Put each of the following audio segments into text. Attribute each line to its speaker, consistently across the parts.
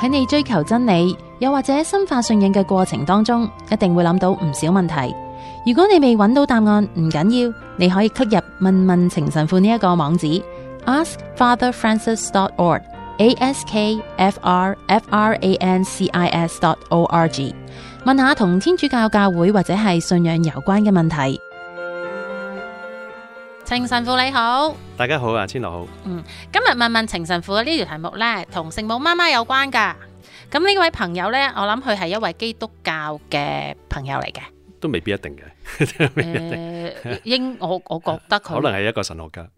Speaker 1: 喺你追求真理，又或者深化信仰嘅過程當中，一定會諗到唔少問題。如果你未揾到答案，唔緊要，你可以 click 入問問情神父呢一個網址 askfatherfrancis.org，askfrfrancis.org，問下同天主教教會或者係信仰有關嘅問題。情神父你好。
Speaker 2: 大家好啊，千樂好。
Speaker 1: 今日問問情神父啊嘅呢條題目呢，同聖母媽媽有關噶。咁呢位朋友呢，我諗佢係一位基督教嘅朋友嚟 嘅。
Speaker 2: 都未必一定嘅，
Speaker 1: 誒、應我我覺得
Speaker 2: 可
Speaker 1: 佢
Speaker 2: 能係一個神學家，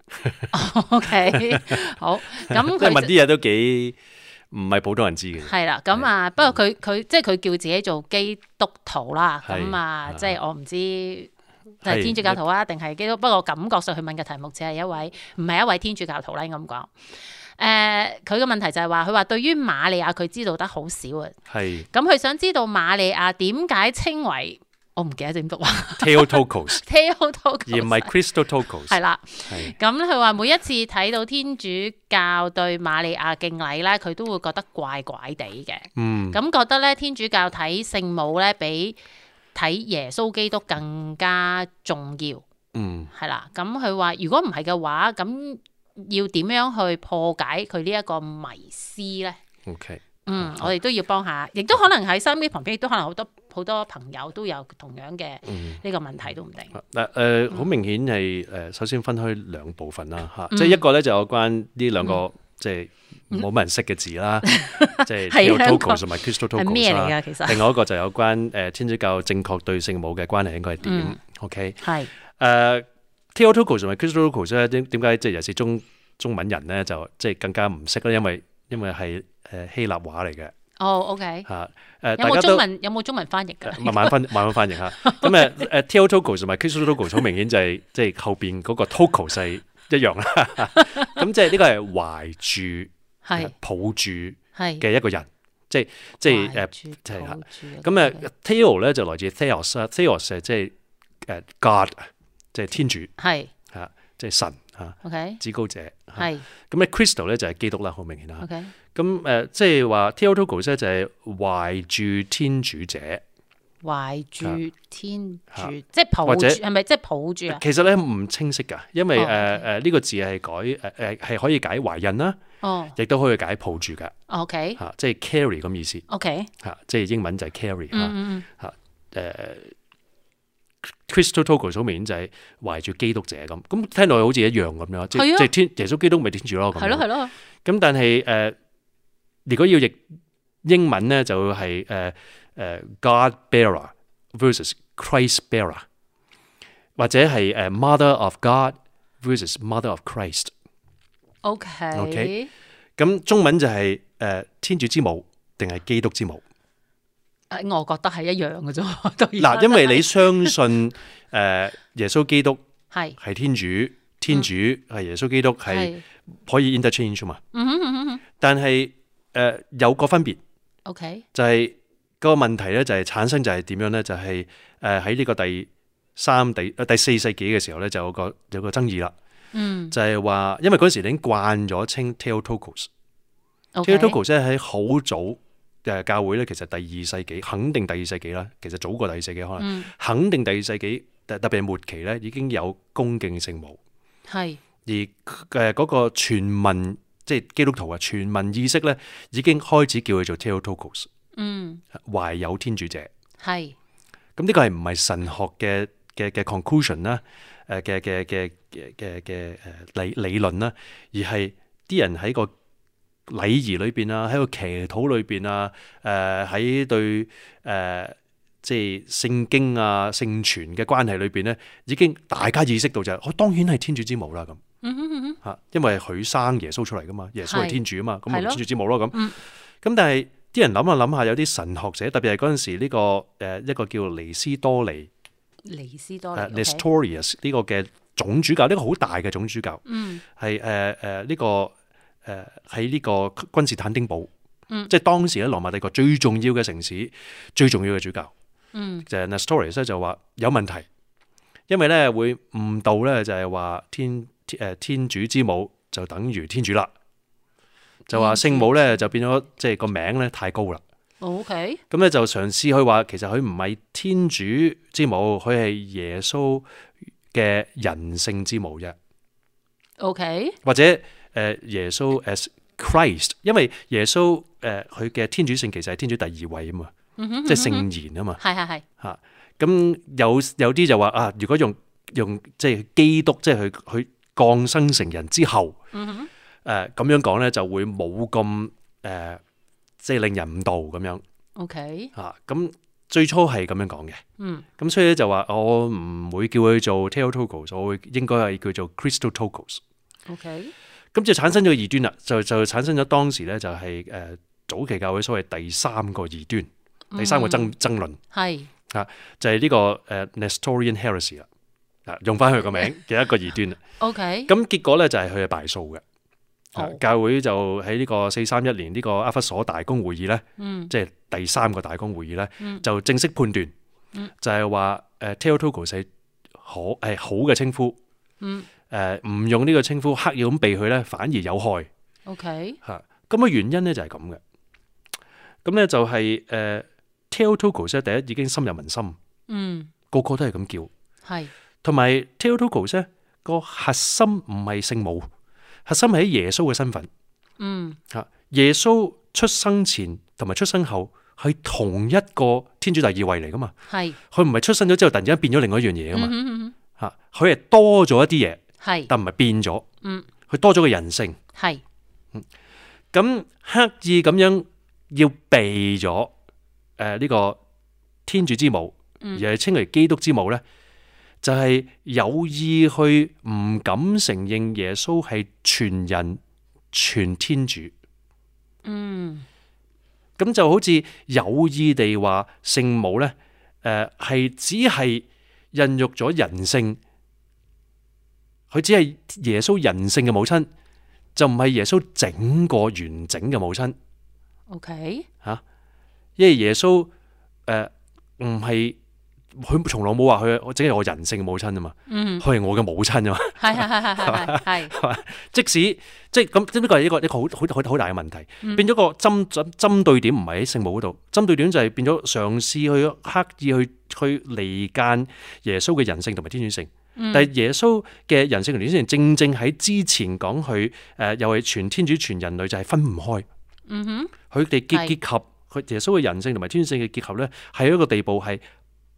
Speaker 1: O K 好。咁
Speaker 2: 即係問
Speaker 1: 佢
Speaker 2: 啲嘢 都幾唔係普通人知 嘅。
Speaker 1: 係啦。咁啊，不過佢佢即係佢叫自己做基督徒啦。
Speaker 2: 係
Speaker 1: 咁啊
Speaker 2: 啊，
Speaker 1: 即係我唔知。係
Speaker 2: 係
Speaker 1: 天主教徒啊，定係基督？不過感覺上佢問嘅題目只係一位唔係一位天主教徒啦，應該咁講。誒、佢嘅問題就係話，佢話對於瑪利亞佢知道得好少啊，
Speaker 2: 係
Speaker 1: 咁佢想知道瑪利亞點解稱為我唔記得點讀啊 話
Speaker 2: Theotokos，而唔
Speaker 1: Theotokos
Speaker 2: 係 Christotokos。
Speaker 1: 係啦，
Speaker 2: 係
Speaker 1: 咁佢話每一次睇到天主教對瑪利亞敬禮咧，佢都會覺得怪怪地嘅，
Speaker 2: 嗯，
Speaker 1: 咁覺得咧天主教睇聖母咧比睇耶穌基督更加重要，
Speaker 2: 嗯，
Speaker 1: 係啦。咁佢話如果唔係嘅話，咁要點樣去破解佢呢一個迷思咧？
Speaker 2: OK，
Speaker 1: 嗯，我哋都要幫下，亦都可能喺身邊旁邊，亦都可能好多好多朋友都有同樣嘅
Speaker 2: 嗯。
Speaker 1: 呢個問題都唔定。
Speaker 2: 嗱誒，好明顯係誒，首先分開兩 部分啦嚇，即係一個咧就有關呢兩個即係冇乜人識嘅字 啦，即係
Speaker 1: 係啊
Speaker 2: Theotokos 同埋
Speaker 1: 係
Speaker 2: Christotokos
Speaker 1: 咩嚟
Speaker 2: 啦。
Speaker 1: 㗎？其實
Speaker 2: 另外一個就有關誒天主教正確對聖母嘅關係應該係點
Speaker 1: 嗯
Speaker 2: ？OK。
Speaker 1: 係
Speaker 2: 誒 Theotokos 同埋 Christotokos 咧，點點解即係尤其是中中文人咧就即係更加唔識咧？因為因為係誒希臘話嚟嘅
Speaker 1: 哦，OK。
Speaker 2: 嚇誒，
Speaker 1: 有
Speaker 2: 大
Speaker 1: 冇
Speaker 2: 家
Speaker 1: 中
Speaker 2: 都
Speaker 1: 文有冇中文翻譯㗎？
Speaker 2: 誒慢慢翻 慢慢翻譯嚇。咁呃誒誒 Theotokos 同埋 Christotokos 好明顯就係 即係後邊嗰個 tokos 係一樣啦。 咁即係呢個係懷住呃
Speaker 1: 係
Speaker 2: 抱住
Speaker 1: 係
Speaker 2: 嘅一個人，即係即係誒
Speaker 1: 誒，
Speaker 2: 即係啦
Speaker 1: 咁
Speaker 2: 咁啊誒 Theo 咧就來自 Theos 啦，Theos 係即係誒 God 即係天主
Speaker 1: 係
Speaker 2: 嚇，即係神嚇。
Speaker 1: OK
Speaker 2: 至高者。嚇
Speaker 1: 係
Speaker 2: 咁咧，Crystal 咧就係基督啦，好明顯啦。
Speaker 1: OK
Speaker 2: 咁誒，即係話 Theotokos 咧就係懷住天主者。
Speaker 1: 懷住天主
Speaker 2: 嚇，
Speaker 1: 即係抱
Speaker 2: 或
Speaker 1: 住
Speaker 2: 者
Speaker 1: 係咪？即係抱住啊？
Speaker 2: 其實咧唔清晰㗎，因為
Speaker 1: 哦
Speaker 2: 誒誒呢個字係改誒誒係可以解懷孕啦，
Speaker 1: 哦
Speaker 2: 亦都可以解抱住㗎
Speaker 1: ，OK
Speaker 2: 嚇，即係 carry 咁意思
Speaker 1: OK，
Speaker 2: 嚇，即係英文就係 carry
Speaker 1: 嗯
Speaker 2: 嚇
Speaker 1: 嗯
Speaker 2: 誒。Christotokos 好明顯就係懷住基督者咁，咁聽落去好似一樣咁樣，即
Speaker 1: 係啊
Speaker 2: 係即係天耶穌基督咪天主咯
Speaker 1: 嗯，
Speaker 2: 咁
Speaker 1: 係
Speaker 2: 樣
Speaker 1: 咯。係咯，
Speaker 2: 咁但係誒、呃如果要譯英文咧，就係誒誒 God bearer versus Christ bearer，或者係誒 Mother of God versus Mother of Christ。
Speaker 1: OK
Speaker 2: OK 咁中文就係、呃天主之母定係基督之母。
Speaker 1: 誒，我覺得係一樣嘅啫 喎。到而
Speaker 2: 嗱，
Speaker 1: 家
Speaker 2: 因為你相 信誒、呃耶穌基督
Speaker 1: 係
Speaker 2: 係天主，天主係耶穌基督係
Speaker 1: 嗯係
Speaker 2: 可以 interchange 嘛。
Speaker 1: 嗯哼嗯哼嗯哼
Speaker 2: 但係誒、呃有個分別。
Speaker 1: OK
Speaker 2: 就係、個問題咧，就係產生就係點樣咧？就係誒喺呢個第三、第呃第四世紀嘅時候咧，就有個有個爭議啦，
Speaker 1: 嗯
Speaker 2: 就係話因為嗰時已經慣咗稱 Theotokos。
Speaker 1: OK
Speaker 2: Theotokos 咧喺好早誒教會咧，其實第二世紀肯定第二世紀啦，其實早過第二世紀可能，
Speaker 1: 嗯
Speaker 2: 肯定第二世紀特特別係末期咧已經有恭敬聖母，
Speaker 1: 係
Speaker 2: 而誒嗰個全民即係基督徒啊，全民意識咧已經開始叫佢做 Theotokos，
Speaker 1: 嗯
Speaker 2: 懷有天主者。
Speaker 1: 係。
Speaker 2: 咁呢個係唔係神學嘅嘅嘅 conclusion 啦？誒嘅嘅嘅嘅嘅嘅誒理理論啦，而係啲人喺個禮儀裏邊啊，喺個祈禱裏邊啊，誒喺對誒、呃即係聖經啊聖傳嘅關係裏邊咧，已經大家意識到就係、我哦當然係天主之母啦咁。
Speaker 1: 嗯哼嗯哼
Speaker 2: 嚇，因為佢生耶穌出嚟噶嘛，耶穌係天主啊嘛，咁
Speaker 1: 係
Speaker 2: 咪
Speaker 1: 咯
Speaker 2: 天主之母咯咁。
Speaker 1: 嗯
Speaker 2: 咁但係啲人諗下諗下，有啲神學者，特別係嗰陣時呢個誒一個叫尼斯多尼
Speaker 1: 尼斯多利
Speaker 2: 誒
Speaker 1: OK
Speaker 2: 呃 Nestorius 呢個嘅總主教，呢個好大嘅總主教
Speaker 1: 嗯
Speaker 2: 係誒誒呢個誒喺呢個君士坦丁堡，
Speaker 1: 嗯
Speaker 2: 即係當時咧羅馬帝國最重要嘅城市，最重要嘅主教。
Speaker 1: 嗯
Speaker 2: 就係 Nestorius 咧就話有問題，因為咧會誤呃導咧就係話天誒天主之母就等於天主啦，就話聖母咧就變咗即係個名咧太高啦。
Speaker 1: O K，
Speaker 2: 咁咧就嘗試佢話其實佢唔係天主之母，佢係耶穌嘅人性之母啫，
Speaker 1: O K，
Speaker 2: 或者誒、呃耶穌 as Christ，因為耶穌誒佢嘅天主性其實係天主第二位啊嘛，即係聖言啊嘛。
Speaker 1: 系系系，
Speaker 2: 嚇。咁有有啲就話啊，如果用用即係基督，即係佢佢降生成人之後，呃誒咁、樣講咧就會冇咁誒，即係令人誤導咁樣
Speaker 1: O K，
Speaker 2: 嚇。啊咁、最初係咁樣講嘅，
Speaker 1: 嗯，
Speaker 2: 咁所以咧就話我唔會叫佢做 Theotokos，我會應該係叫做 Christotokos。
Speaker 1: O K，
Speaker 2: 咁就產生咗異端啦，就就產生咗當時咧就係、誒早期教會所謂第三個異端，第三個爭爭論。
Speaker 1: 系
Speaker 2: 就係呢個誒 Nestorian heresy 啦，啊用翻佢個名嘅一個異端啦。
Speaker 1: O K，
Speaker 2: 咁結果咧就係佢係敗訴嘅。啊
Speaker 1: 哦
Speaker 2: 教會就喺呢個四三一年呢個阿弗所大公會議咧，
Speaker 1: 嗯
Speaker 2: 即係第三個大公會議咧，就正式判斷，
Speaker 1: 嗯
Speaker 2: 就係話誒 Theotokos 係可係好嘅稱呼，
Speaker 1: 嗯
Speaker 2: 誒唔用呢個稱呼刻意咁避佢咧，反而有害。
Speaker 1: O K，
Speaker 2: 嚇。咁嘅原因咧就係咁嘅。咁咧就係、誒 Theotokos 咧，第一已經深入民心，
Speaker 1: 嗯，
Speaker 2: 個個都係咁叫。
Speaker 1: 系
Speaker 2: 同埋 Theotokos 咧個核心唔係聖母，核心係喺耶穌嘅身份。
Speaker 1: 嗯
Speaker 2: 嚇，耶穌出生前同埋出生後係同一個天主第二位嚟噶嘛？
Speaker 1: 系，
Speaker 2: 佢唔係出生咗之後突然之間變咗另外一樣嘢噶嘛？
Speaker 1: 嗯
Speaker 2: 嚇，佢係多咗一啲嘢，
Speaker 1: 系
Speaker 2: 但唔係變咗。
Speaker 1: 嗯，
Speaker 2: 佢多咗個人性，
Speaker 1: 系
Speaker 2: 咁刻意咁樣要避咗誒呢個天主之母，而係稱為基督之母咧，就係、有意去唔敢承認耶穌係全人全天主。
Speaker 1: 嗯
Speaker 2: 咁就好似有意地話聖母咧，誒、係只係孕育咗人性，佢只係耶穌人性嘅母親，就唔係耶穌整個完整嘅母親，
Speaker 1: O K，
Speaker 2: 因為耶穌誒唔係佢從來冇話佢我只係我人性嘅母親啊嘛，
Speaker 1: 嗯，
Speaker 2: 佢係我嘅母親啊嘛。
Speaker 1: 系系系系系系，
Speaker 2: 即使即係咁，呢個係一個一個好好好好大嘅問題，變咗個針針針對點唔係喺聖母嗰度，針對點就係變咗嘗試去刻意去去離間耶穌嘅人性同埋天主性。但係耶穌嘅人性同天主性，正正喺之前講佢誒又係全天主全人類就係分唔開，
Speaker 1: 嗯哼，
Speaker 2: 佢哋結
Speaker 1: 係
Speaker 2: 結合佢耶穌嘅人性同埋天主性嘅結合咧，係一個地步係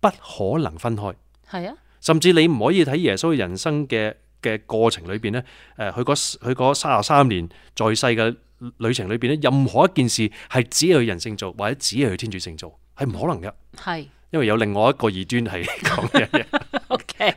Speaker 2: 不可能分開。
Speaker 1: 系啊，
Speaker 2: 甚至你唔可以睇耶穌嘅人生嘅嘅過程裏邊咧，誒佢嗰佢嗰三十三年在世嘅旅程裏邊咧，任何一件事係只係佢人性做，或者只係佢天主性做，係唔可能嘅，
Speaker 1: 系
Speaker 2: 因為有另外一個異端係講嘅 嘢，
Speaker 1: O K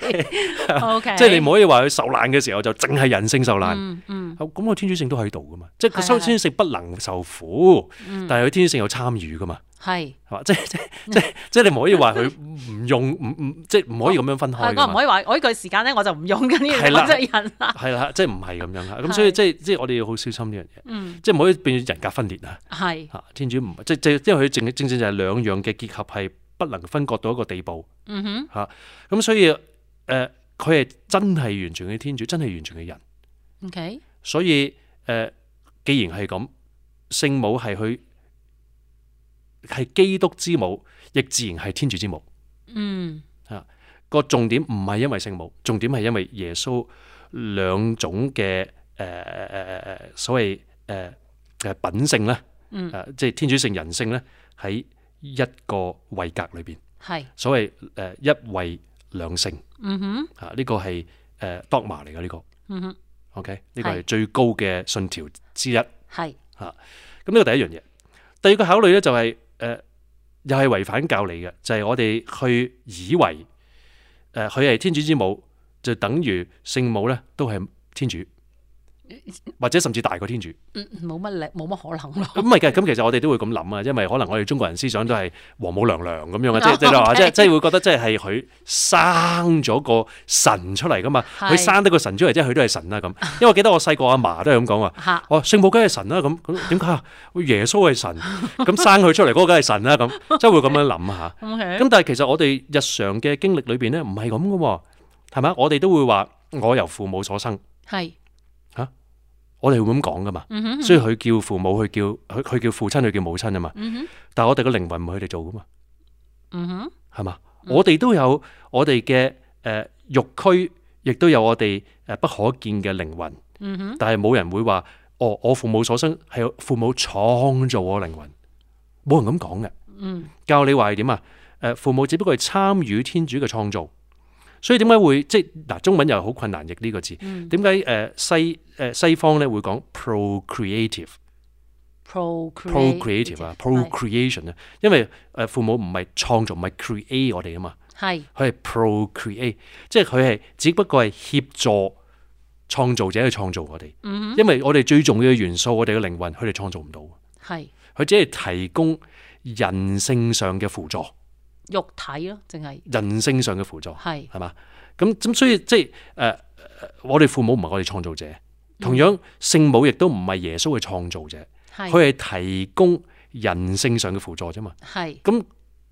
Speaker 1: O K，
Speaker 2: 即係你唔可以話佢受難嘅時候就淨係人性受難。
Speaker 1: 嗯嗯
Speaker 2: 咁個天主性都喺度噶嘛，即係佢
Speaker 1: 係係
Speaker 2: 修
Speaker 1: 嗯
Speaker 2: 天主性不能受苦，但係佢天主性有參與噶嘛，
Speaker 1: 系，
Speaker 2: 係嘛？即係即係即係即係你唔可以話佢唔用唔唔即係唔可以咁樣分開
Speaker 1: 我
Speaker 2: 㗎
Speaker 1: 哦唔
Speaker 2: 嘛。
Speaker 1: 可以话我呢句时间咧，我就唔用紧呢
Speaker 2: 係啦
Speaker 1: 样即系人啦，
Speaker 2: 系啦，即系唔系咁樣啦，啊
Speaker 1: 係
Speaker 2: 咁所以即系即系我哋要好小心呢樣嘢，
Speaker 1: 嗯
Speaker 2: 即系唔可以變人格分裂啊！
Speaker 1: 系
Speaker 2: 吓，天主唔即即因為佢正正正就係兩樣嘅結合係不能分割到一個地步
Speaker 1: 嗯哼
Speaker 2: 吓，咁、所以诶佢係真係完全嘅天主，真係完全嘅人，
Speaker 1: ，O K，
Speaker 2: 所以诶、呃既然係咁，聖母係佢係基督之母，亦自然係天主之母。
Speaker 1: 嗯
Speaker 2: 個重點唔係因為聖母，重點係因為耶穌兩種嘅誒誒誒誒所謂誒誒品性咧，誒、
Speaker 1: 嗯
Speaker 2: 即係天主性人性咧，喺一個位格裏邊，
Speaker 1: 系，
Speaker 2: 所謂誒、呃一位兩性
Speaker 1: 嗯哼
Speaker 2: 啊，呢、個係誒 dogma 嚟嘅呢個
Speaker 1: 嗯哼
Speaker 2: OK，呢個係
Speaker 1: 係
Speaker 2: 最高嘅信條之一。
Speaker 1: 系，
Speaker 2: 咁呢個第一樣嘢。第二個考慮咧就係、呃又係違反教理嘅，就係、我哋去以為誒佢係天主之母，就等於聖母咧都係天主，或者甚至大過天主。
Speaker 1: 嗯冇乜力，冇乜可能咯。
Speaker 2: 咁唔係嘅，咁其實我哋都會咁諗啊，因為可能我哋中國人思想都係王母娘娘咁樣啊，即係即係話
Speaker 1: 哦 OK
Speaker 2: 即係即係會覺得即係係佢生咗個神出嚟噶嘛，
Speaker 1: 係
Speaker 2: 佢生得個神出嚟，即係佢都係神啊啦咁。因為我記得我細個阿嫲都係咁講啊。
Speaker 1: 吓，
Speaker 2: 哦，聖母梗係神啦，咁咁點解啊？耶穌係神，咁生佢出嚟嗰個梗係神啦，咁即係會咁樣諗下。
Speaker 1: 咁佢
Speaker 2: 咁但係其實我哋日常嘅經歷裏邊咧，唔係咁嘅喎，係咪啊？我哋都會話我由父母所生，
Speaker 1: 系
Speaker 2: 我哋會咁講噶嘛。
Speaker 1: 嗯哼，
Speaker 2: 所以佢叫父母，佢叫佢佢叫父親，佢叫母親啊嘛。
Speaker 1: 嗯哼，
Speaker 2: 但係我哋個靈魂唔係佢哋做噶嘛，
Speaker 1: 嗯哼，嗯
Speaker 2: 係嘛？我哋都有我哋嘅誒肉軀，亦都有我哋誒不可見嘅靈魂，
Speaker 1: 嗯哼，
Speaker 2: 但係冇人會話哦，我父母所生係父母創造我靈魂，冇人咁講嘅。
Speaker 1: 嗯，
Speaker 2: 教你話係點啊？誒，父母只不過係參與天主嘅創造，所以點解會即係嗱中文又好困難譯呢個字？
Speaker 1: 嗯
Speaker 2: 點解誒西誒西方咧會講 procreative？procreative 啊，procreation 啊，因為誒父母唔係創造，唔係 create 我哋啊嘛，
Speaker 1: 係
Speaker 2: 佢係 procreate，即係佢係只不過係協助創造者去創造我哋，
Speaker 1: 嗯
Speaker 2: 因為我哋最重要嘅元素，我哋嘅靈魂，佢哋創造唔到，
Speaker 1: 係
Speaker 2: 佢只係提供人性上嘅輔助，
Speaker 1: 肉體咯，淨係
Speaker 2: 人性上嘅輔助，
Speaker 1: 係
Speaker 2: 係嘛？咁咁所以即係誒、呃呃我哋父母唔係我哋創造者，
Speaker 1: 嗯
Speaker 2: 同樣聖母亦都唔係耶穌嘅創造者，
Speaker 1: 係
Speaker 2: 佢係提供人性上嘅輔助啫嘛。
Speaker 1: 係
Speaker 2: 咁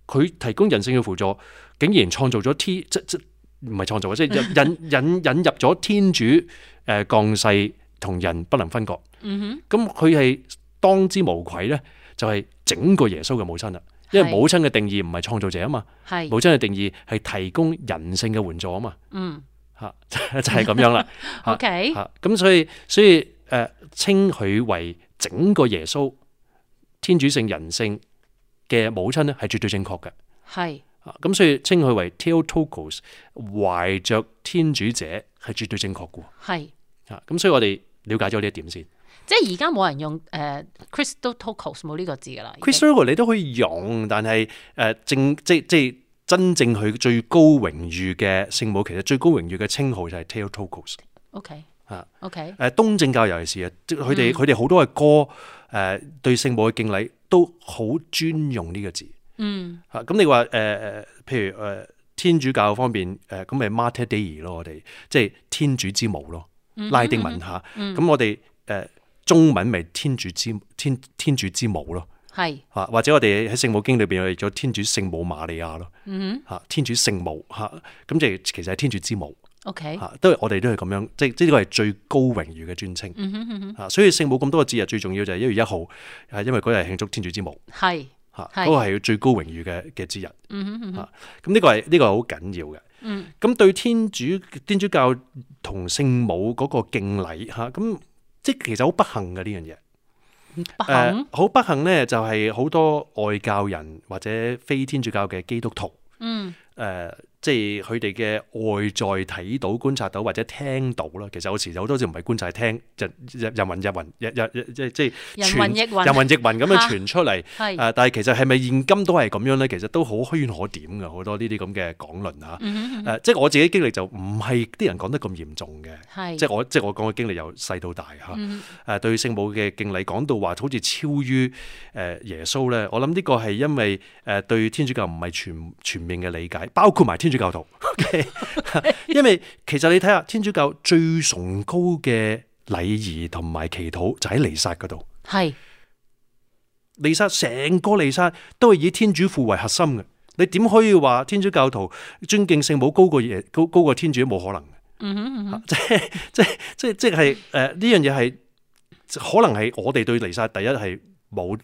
Speaker 2: 佢提供人性嘅輔助，竟然創造咗天，即即唔係創造啊，即 係引引引引入咗天主誒、呃降世同人不能分割。
Speaker 1: 嗯
Speaker 2: 咁佢係當之無愧咧，就係、整個耶穌嘅母親啦。因為
Speaker 1: 係
Speaker 2: 母親嘅定義唔係創造者啊嘛，
Speaker 1: 哼係
Speaker 2: 母親嘅定義係提供人性嘅援助啊嘛，
Speaker 1: 嗯
Speaker 2: 嚇 就係咁 樣啦。
Speaker 1: OK
Speaker 2: 嚇咁所以所以誒、呃稱佢為整個耶穌天主性人性嘅母親咧，係絕對正確嘅。
Speaker 1: 係
Speaker 2: 啊咁所以稱佢為 Theotokos，懷着天主者係絕對正確嘅喎。
Speaker 1: 係。
Speaker 2: 啊，咁所以我哋了解咗呢一點先。
Speaker 1: 即係而家冇人用誒 Crystal Tokos 冇呢個字噶啦已經
Speaker 2: c r i s t o 你都可以用，但係誒、呃正即即真正佢最高榮譽嘅聖母，其實最高榮譽嘅稱號就係 Theotokos。
Speaker 1: OK
Speaker 2: 啊
Speaker 1: OK
Speaker 2: 誒東正教尤其是啊，即佢
Speaker 1: 嗯
Speaker 2: 哋佢哋好多嘅歌誒、呃、對聖母嘅敬禮都好專用呢個字。
Speaker 1: 嗯
Speaker 2: 嚇咁你話誒誒，譬如誒、呃天主教方面誒，咁、咪 Mater Dei 咯，我哋即係天主之母咯，
Speaker 1: 嗯
Speaker 2: 拉丁文下。咁、我哋誒、呃中文咪天主之天天主之母咯，
Speaker 1: 係
Speaker 2: 嚇或者我哋喺聖母經裏邊我哋叫天主聖母瑪利亞咯，
Speaker 1: 嗯
Speaker 2: 嚇天主聖母嚇，咁就其實係天主之母
Speaker 1: OK
Speaker 2: 嚇，啊都係我哋都係咁樣，即即呢個係最高榮譽嘅尊稱
Speaker 1: 嗯哼嗯哼
Speaker 2: 嚇。所以聖母咁多個節日最重要就係一月一號，係因為嗰日係慶祝天主之母。
Speaker 1: 係
Speaker 2: 嚇，
Speaker 1: 係
Speaker 2: 嗰個係最高榮譽嘅嘅節日。
Speaker 1: 嗯哼嗯哼
Speaker 2: 嚇，咁呢個係呢個係好緊要嘅。
Speaker 1: 嗯
Speaker 2: 咁對天主天主教同聖母嗰個敬禮嚇，咁即係其實好不幸嘅呢樣嘢。
Speaker 1: 不
Speaker 2: 誒
Speaker 1: 肯
Speaker 2: 呃好不幸呢，就係好多外教人或者非天主教嘅基督徒
Speaker 1: 嗯
Speaker 2: 誒、即係佢哋嘅外在睇到、觀察到或者聽到啦。其實有時有好多時唔係觀察，係聽人人人云人云人人即係即係
Speaker 1: 人
Speaker 2: 傳
Speaker 1: 云亦
Speaker 2: 人
Speaker 1: 云
Speaker 2: 云亦啊云咁樣傳出嚟。
Speaker 1: 係
Speaker 2: 誒，但係其實係咪現今都係咁樣咧？其實都好虛可點嘅，好多呢啲咁嘅講論嚇。誒、
Speaker 1: 嗯哼嗯
Speaker 2: 即係我自己經歷就唔係啲人講得咁嚴重嘅，
Speaker 1: 係
Speaker 2: 即係我即係我講嘅經歷由細到大嚇。誒、
Speaker 1: 嗯
Speaker 2: 對聖母嘅敬禮講到話好似超於誒、耶穌咧，我諗呢個係因為誒、對天主教唔係全全面嘅理解，包括埋天主教徒。OK？因為其實你睇下天主教最崇高嘅禮儀同埋祈禱就喺彌撒嗰度。
Speaker 1: 係
Speaker 2: 彌撒成個彌撒都係以天主父為核心嘅。你點可以話天主教徒尊敬聖母高過耶高高過天主？冇可能嘅。啊
Speaker 1: 嗯哼嗯哼
Speaker 2: 即即係誒呃呢樣嘢係可能係我哋對彌撒第一係冇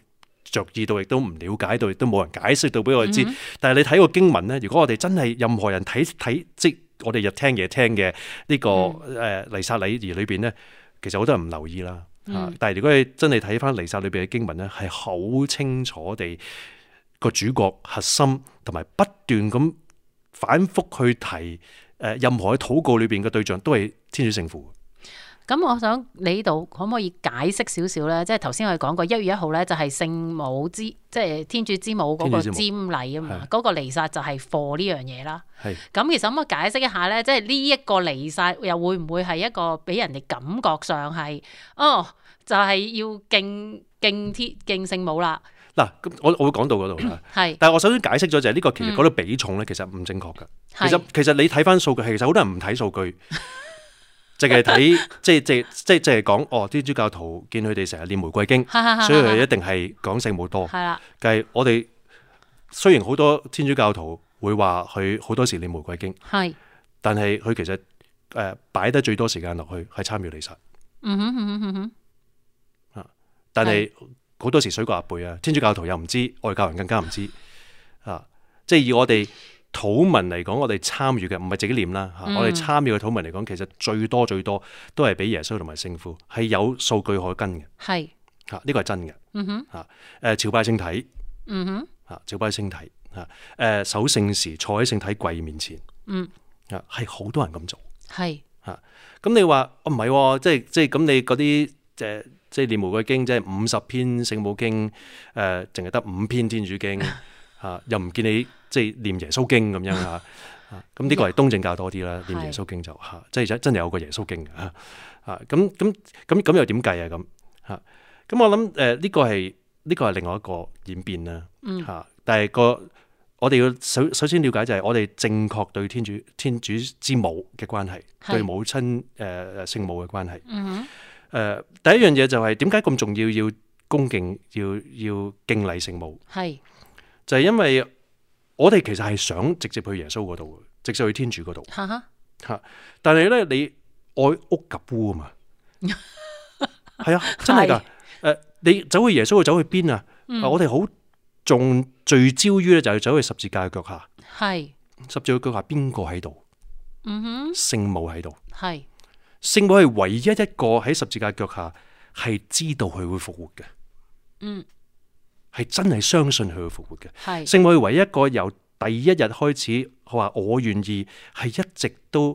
Speaker 2: 着意到，亦都唔了解到，亦都冇人解釋到俾我哋知。
Speaker 1: 嗯
Speaker 2: 但係你睇個經文咧，如果我哋真係任何人睇睇即我哋日聽夜聽嘅呢、個
Speaker 1: 嗯
Speaker 2: 誒彌撒禮儀裏邊咧，其實好多人唔留意啦。啊但係如果你真係睇翻彌撒裏邊嘅經文咧，係好清楚地個主角核心同埋不斷咁反覆去提誒、任何嘅禱告裏邊嘅對象都係天主聖父。
Speaker 1: 咁我想你呢度可唔可以解釋少少咧？即係頭先我哋講過一月一號咧，就係聖母之即係天主之母嗰個
Speaker 2: 天
Speaker 1: 瞻
Speaker 2: 主之
Speaker 1: 禮啊嘛，
Speaker 2: 係
Speaker 1: 嗰個彌撒就係 for 呢樣嘢啦。
Speaker 2: 係
Speaker 1: 咁其實可唔可以解釋一下咧？即係呢一個離晒，又會唔會係一個俾人哋感覺上係哦，就係、要敬敬天敬聖母啦，
Speaker 2: 嗱，咁我我會講到嗰度啦。
Speaker 1: 係
Speaker 2: 但係我首先解釋咗就係呢個其實嗰個比重咧，其實唔正確嘅。其實
Speaker 1: 係
Speaker 2: 其實你睇翻數據，其實好多人唔睇數據，淨係睇即係即係即係即係講哦，天主教徒見佢哋成日念玫瑰經，
Speaker 1: 哈哈哈哈
Speaker 2: 所以佢一定係講聖母多。
Speaker 1: 係啦，
Speaker 2: 但係我哋雖然好多天主教徒會話佢好多時念玫瑰經，
Speaker 1: 係
Speaker 2: 但係佢其實誒擺得最多時間落去係參與彌撒。啊
Speaker 1: 嗯哼嗯哼嗯哼，
Speaker 2: 但係好多時水過鴨背啊，天主教徒又唔知，外教人更加唔知啊！即係以我哋土民嚟講，我哋參與嘅唔係自己念啦，嚇
Speaker 1: 嗯
Speaker 2: 我哋參與嘅土民嚟講，其實最多最多都係俾耶穌同埋聖父，係有數據可跟嘅
Speaker 1: 係，
Speaker 2: 嚇，啊呢個係真嘅。啊
Speaker 1: 嗯哼，
Speaker 2: 誒、朝拜聖體
Speaker 1: 嗯哼，
Speaker 2: 嚇，朝拜聖體嚇，誒、守聖時坐喺聖體櫃面前，
Speaker 1: 嗯，
Speaker 2: 啊係好多人咁做。
Speaker 1: 係，
Speaker 2: 咁你話哦唔係喎，即係即係咁你嗰啲誒即係念玫瑰經，即係五十篇聖母經，誒淨係得五篇天主 經啊，又唔見你即係念耶穌經咁樣 嚇。啊咁呢個係東正教多啲啦，念耶穌經就嚇，即係真真係有個耶穌經嘅嚇。啊咁咁咁咁又點計啊咁嚇？咁我諗誒呢個係呢個係另外一個演變啦
Speaker 1: 嗯
Speaker 2: 嚇。但係個我哋要首首先了解就係我哋正確對天主天主之母嘅關係，
Speaker 1: 係
Speaker 2: 對母親誒誒聖母嘅關係。
Speaker 1: 嗯哼，
Speaker 2: 誒、第一樣嘢就係點解咁重要要恭敬要要敬禮聖母，
Speaker 1: 係，
Speaker 2: 就係、因為我哋其實係想直接去耶穌嗰度嘅，直接去天主嗰度
Speaker 1: 哈哈，
Speaker 2: 嚇。但係咧，你愛屋及 烏啊嘛，係啊，真係㗎。誒
Speaker 1: 係、
Speaker 2: 你走去耶穌，走去邊啊？
Speaker 1: 嗯
Speaker 2: 啊我哋好重聚焦於咧，就係走去十字架嘅腳下，
Speaker 1: 係，
Speaker 2: 十字架腳下邊個喺度？
Speaker 1: 嗯哼，
Speaker 2: 聖母喺度。
Speaker 1: 係，
Speaker 2: 聖母係唯一一個喺十字架腳下係知道佢會復活嘅，
Speaker 1: 嗯，
Speaker 2: 係真係相信佢會復活嘅。
Speaker 1: 係，
Speaker 2: 聖母係唯一一個由第一日開始，佢話我願意，係一直都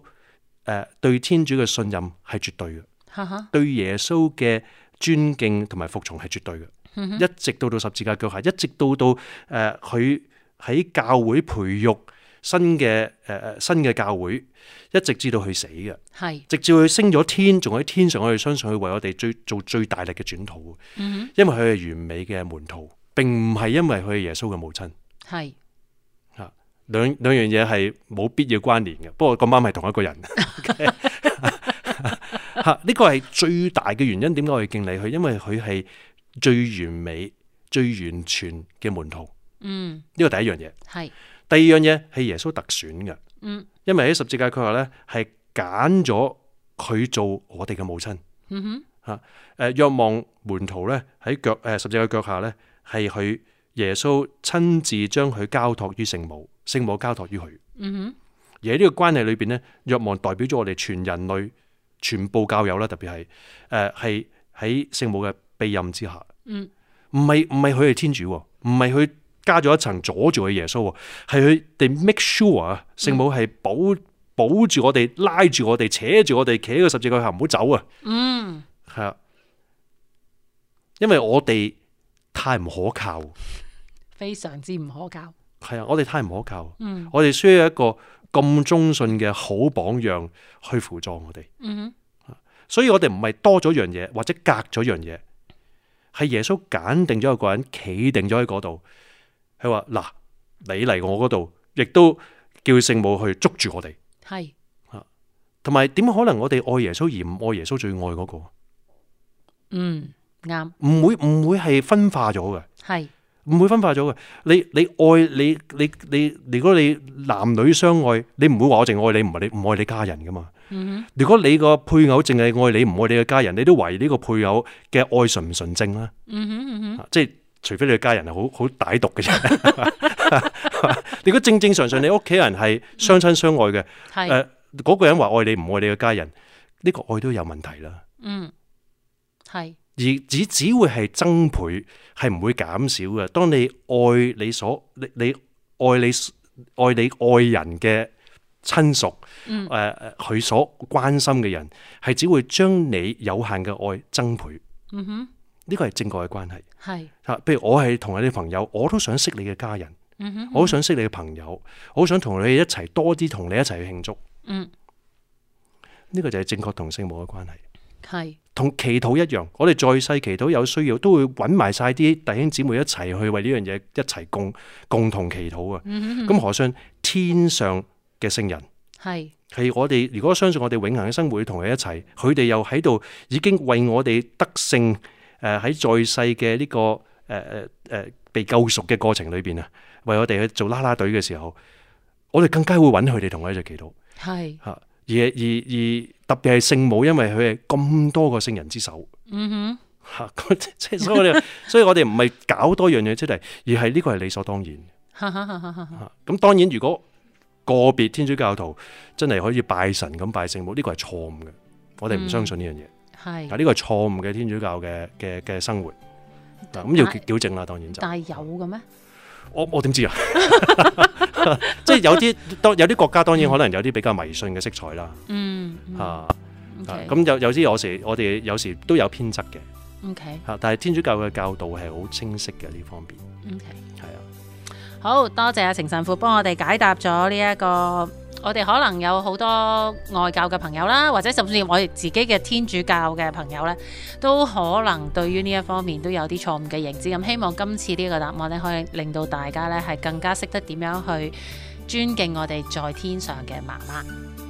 Speaker 2: 诶、呃、對天主嘅信任係絕對嘅，
Speaker 1: 哈哈，
Speaker 2: 對耶穌嘅尊敬同埋服從係絕對嘅，
Speaker 1: 嗯
Speaker 2: 一直到到十字架腳下，一直到到诶佢喺教會培育新嘅诶诶新嘅教會，一直至到佢死嘅。
Speaker 1: 係，
Speaker 2: 直至佢升咗天，仲喺天上，我哋相信佢為我哋最做最大力嘅轉禱，
Speaker 1: 嗯
Speaker 2: 因為佢係完美嘅門徒，並唔係因為佢係耶穌嘅母親。
Speaker 1: 哼，係，
Speaker 2: 兩兩樣嘢係冇必要關聯嘅，不過咁啱係同一個人。嚇，呢個係最大嘅原因，點解我哋敬禮佢？因為佢係最完美、最完全嘅門徒。
Speaker 1: 嗯，
Speaker 2: 呢個第一樣嘢。
Speaker 1: 係，
Speaker 2: 第二樣嘢係耶穌特選嘅，
Speaker 1: 嗯，
Speaker 2: 因為喺十字架佢話咧係揀咗佢做我哋嘅母親。
Speaker 1: 嗯哼，
Speaker 2: 誒若望門徒咧喺腳誒十字架腳下咧，係佢耶穌親自將佢交託於聖母，聖母交託於佢。
Speaker 1: 嗯
Speaker 2: 而喺呢個關係裏邊咧，若望代表咗我哋全人類全部教友啦，特別係誒係喺聖母嘅庇蔭之下，
Speaker 1: 嗯，
Speaker 2: 唔係唔係佢係天主喎，唔係佢加咗一層阻住佢耶穌喎，係佢哋 make sure 啊，聖
Speaker 1: 嗯
Speaker 2: 母係保保住我哋，拉住我哋，扯住我哋，企喺個十字架下唔好走啊！
Speaker 1: 哼，嗯，
Speaker 2: 系啊，因为我哋太唔可靠，
Speaker 1: 非常之唔可教，
Speaker 2: 系啊，我哋太唔可靠，
Speaker 1: 嗯
Speaker 2: 我哋需要一个咁忠信嘅好榜样去辅助我哋，
Speaker 1: 嗯
Speaker 2: 所以我哋唔系多咗样嘢或者隔咗样嘢，系耶稣拣定咗一個人企定咗喺嗰度，佢話嗱，你嚟我嗰度，亦都叫聖母去捉住我哋，
Speaker 1: 哼，係，
Speaker 2: 同埋點可能我哋愛耶穌而唔愛耶穌最愛嗰、個？
Speaker 1: 嗯，啱，
Speaker 2: 唔會唔會係分化咗嘅。
Speaker 1: 係，
Speaker 2: 唔會分化咗嘅。你你愛你你你，如果你男女相愛，你唔會話我淨愛你，唔係你唔愛你家人噶嘛。
Speaker 1: 嗯
Speaker 2: 如果你個配偶淨係愛你，唔愛你嘅家人，你都懷疑呢個配偶嘅愛純唔純正啦
Speaker 1: 哼，。嗯哼，嗯哼，
Speaker 2: 啊即係除非你嘅家人係好好歹毒嘅啫。 如果正正常常你屋企人係相親相愛嘅，
Speaker 1: 係，
Speaker 2: 誒嗰個人話愛你唔愛你嘅家人，呢個愛都有問題啦。
Speaker 1: 嗯，係，
Speaker 2: 而只只會係增倍，係唔會減少嘅。當你愛你所你你愛你愛你愛人嘅親屬，
Speaker 1: 嗯
Speaker 2: 誒、佢所關心嘅人，係只會將你有限嘅愛增倍。
Speaker 1: 嗯哼，
Speaker 2: 呢個係正確嘅關係
Speaker 1: 係，
Speaker 2: 嚇。譬如我係同你啲朋友，我都想識你嘅家人，
Speaker 1: 嗯哼，
Speaker 2: 我好想識你嘅朋友，我好想同你一齊多啲同你一齊去慶祝。
Speaker 1: 嗯，
Speaker 2: 呢個就係正確同聖母嘅關係。
Speaker 1: 係，
Speaker 2: 同祈禱一樣，我哋在世祈禱有需要，都會揾埋晒啲弟兄姊妹一齊去為呢樣嘢一齊共共同祈禱啊！
Speaker 1: 嗯哼，
Speaker 2: 咁何信天上嘅聖人
Speaker 1: 係，
Speaker 2: 係我哋，如果相信我哋永恆嘅生活會同佢一齊，佢哋又喺度已經為我哋得勝呃誒喺、在世嘅呢、個誒誒誒被救贖嘅過程裏邊啊，為我哋去做啦啦隊嘅時候，我哋更加會揾佢哋同我一齊祈禱。
Speaker 1: 係，
Speaker 2: 吓，而而而特別係聖母，因為佢係咁多個聖人之首。啊
Speaker 1: 嗯
Speaker 2: 吓， 咁即即係所以我哋， 所以我哋唔係搞多樣嘢出嚟，而係呢個係理所當然。
Speaker 1: 哼，哈哈哈哈
Speaker 2: 吓，咁當然如果個別天主教徒真係可以拜神咁拜聖母，呢個係錯誤嘅，我哋唔相信呢樣嘢。啊
Speaker 1: 係
Speaker 2: 嗱，呢個係錯誤嘅天主教嘅嘅嘅生活。嗱，咁要
Speaker 1: 嗯但
Speaker 2: 矯正啦，當然就
Speaker 1: 但係有嘅咩？
Speaker 2: 我我點知啊？ 即係有啲當有啲國家當然可能有啲比較迷信嘅色彩啦，
Speaker 1: 嗯
Speaker 2: 嚇
Speaker 1: 嚇
Speaker 2: 啊咁有有啲有時我哋有時都有偏執嘅
Speaker 1: OK
Speaker 2: 嚇，但係天主教嘅教導係好清晰嘅呢方面，
Speaker 1: OK，
Speaker 2: 係啊。
Speaker 1: 好多謝阿程神父幫我哋解答咗呢一個。我哋可能有好多外教嘅朋友啦，或者甚至我哋自己嘅天主教嘅朋友咧，都可能對於呢一方面都有啲錯誤嘅認知。咁希望今次呢個答案咧，可以令到大家咧係更加識得點樣去尊敬我哋在天上嘅媽媽。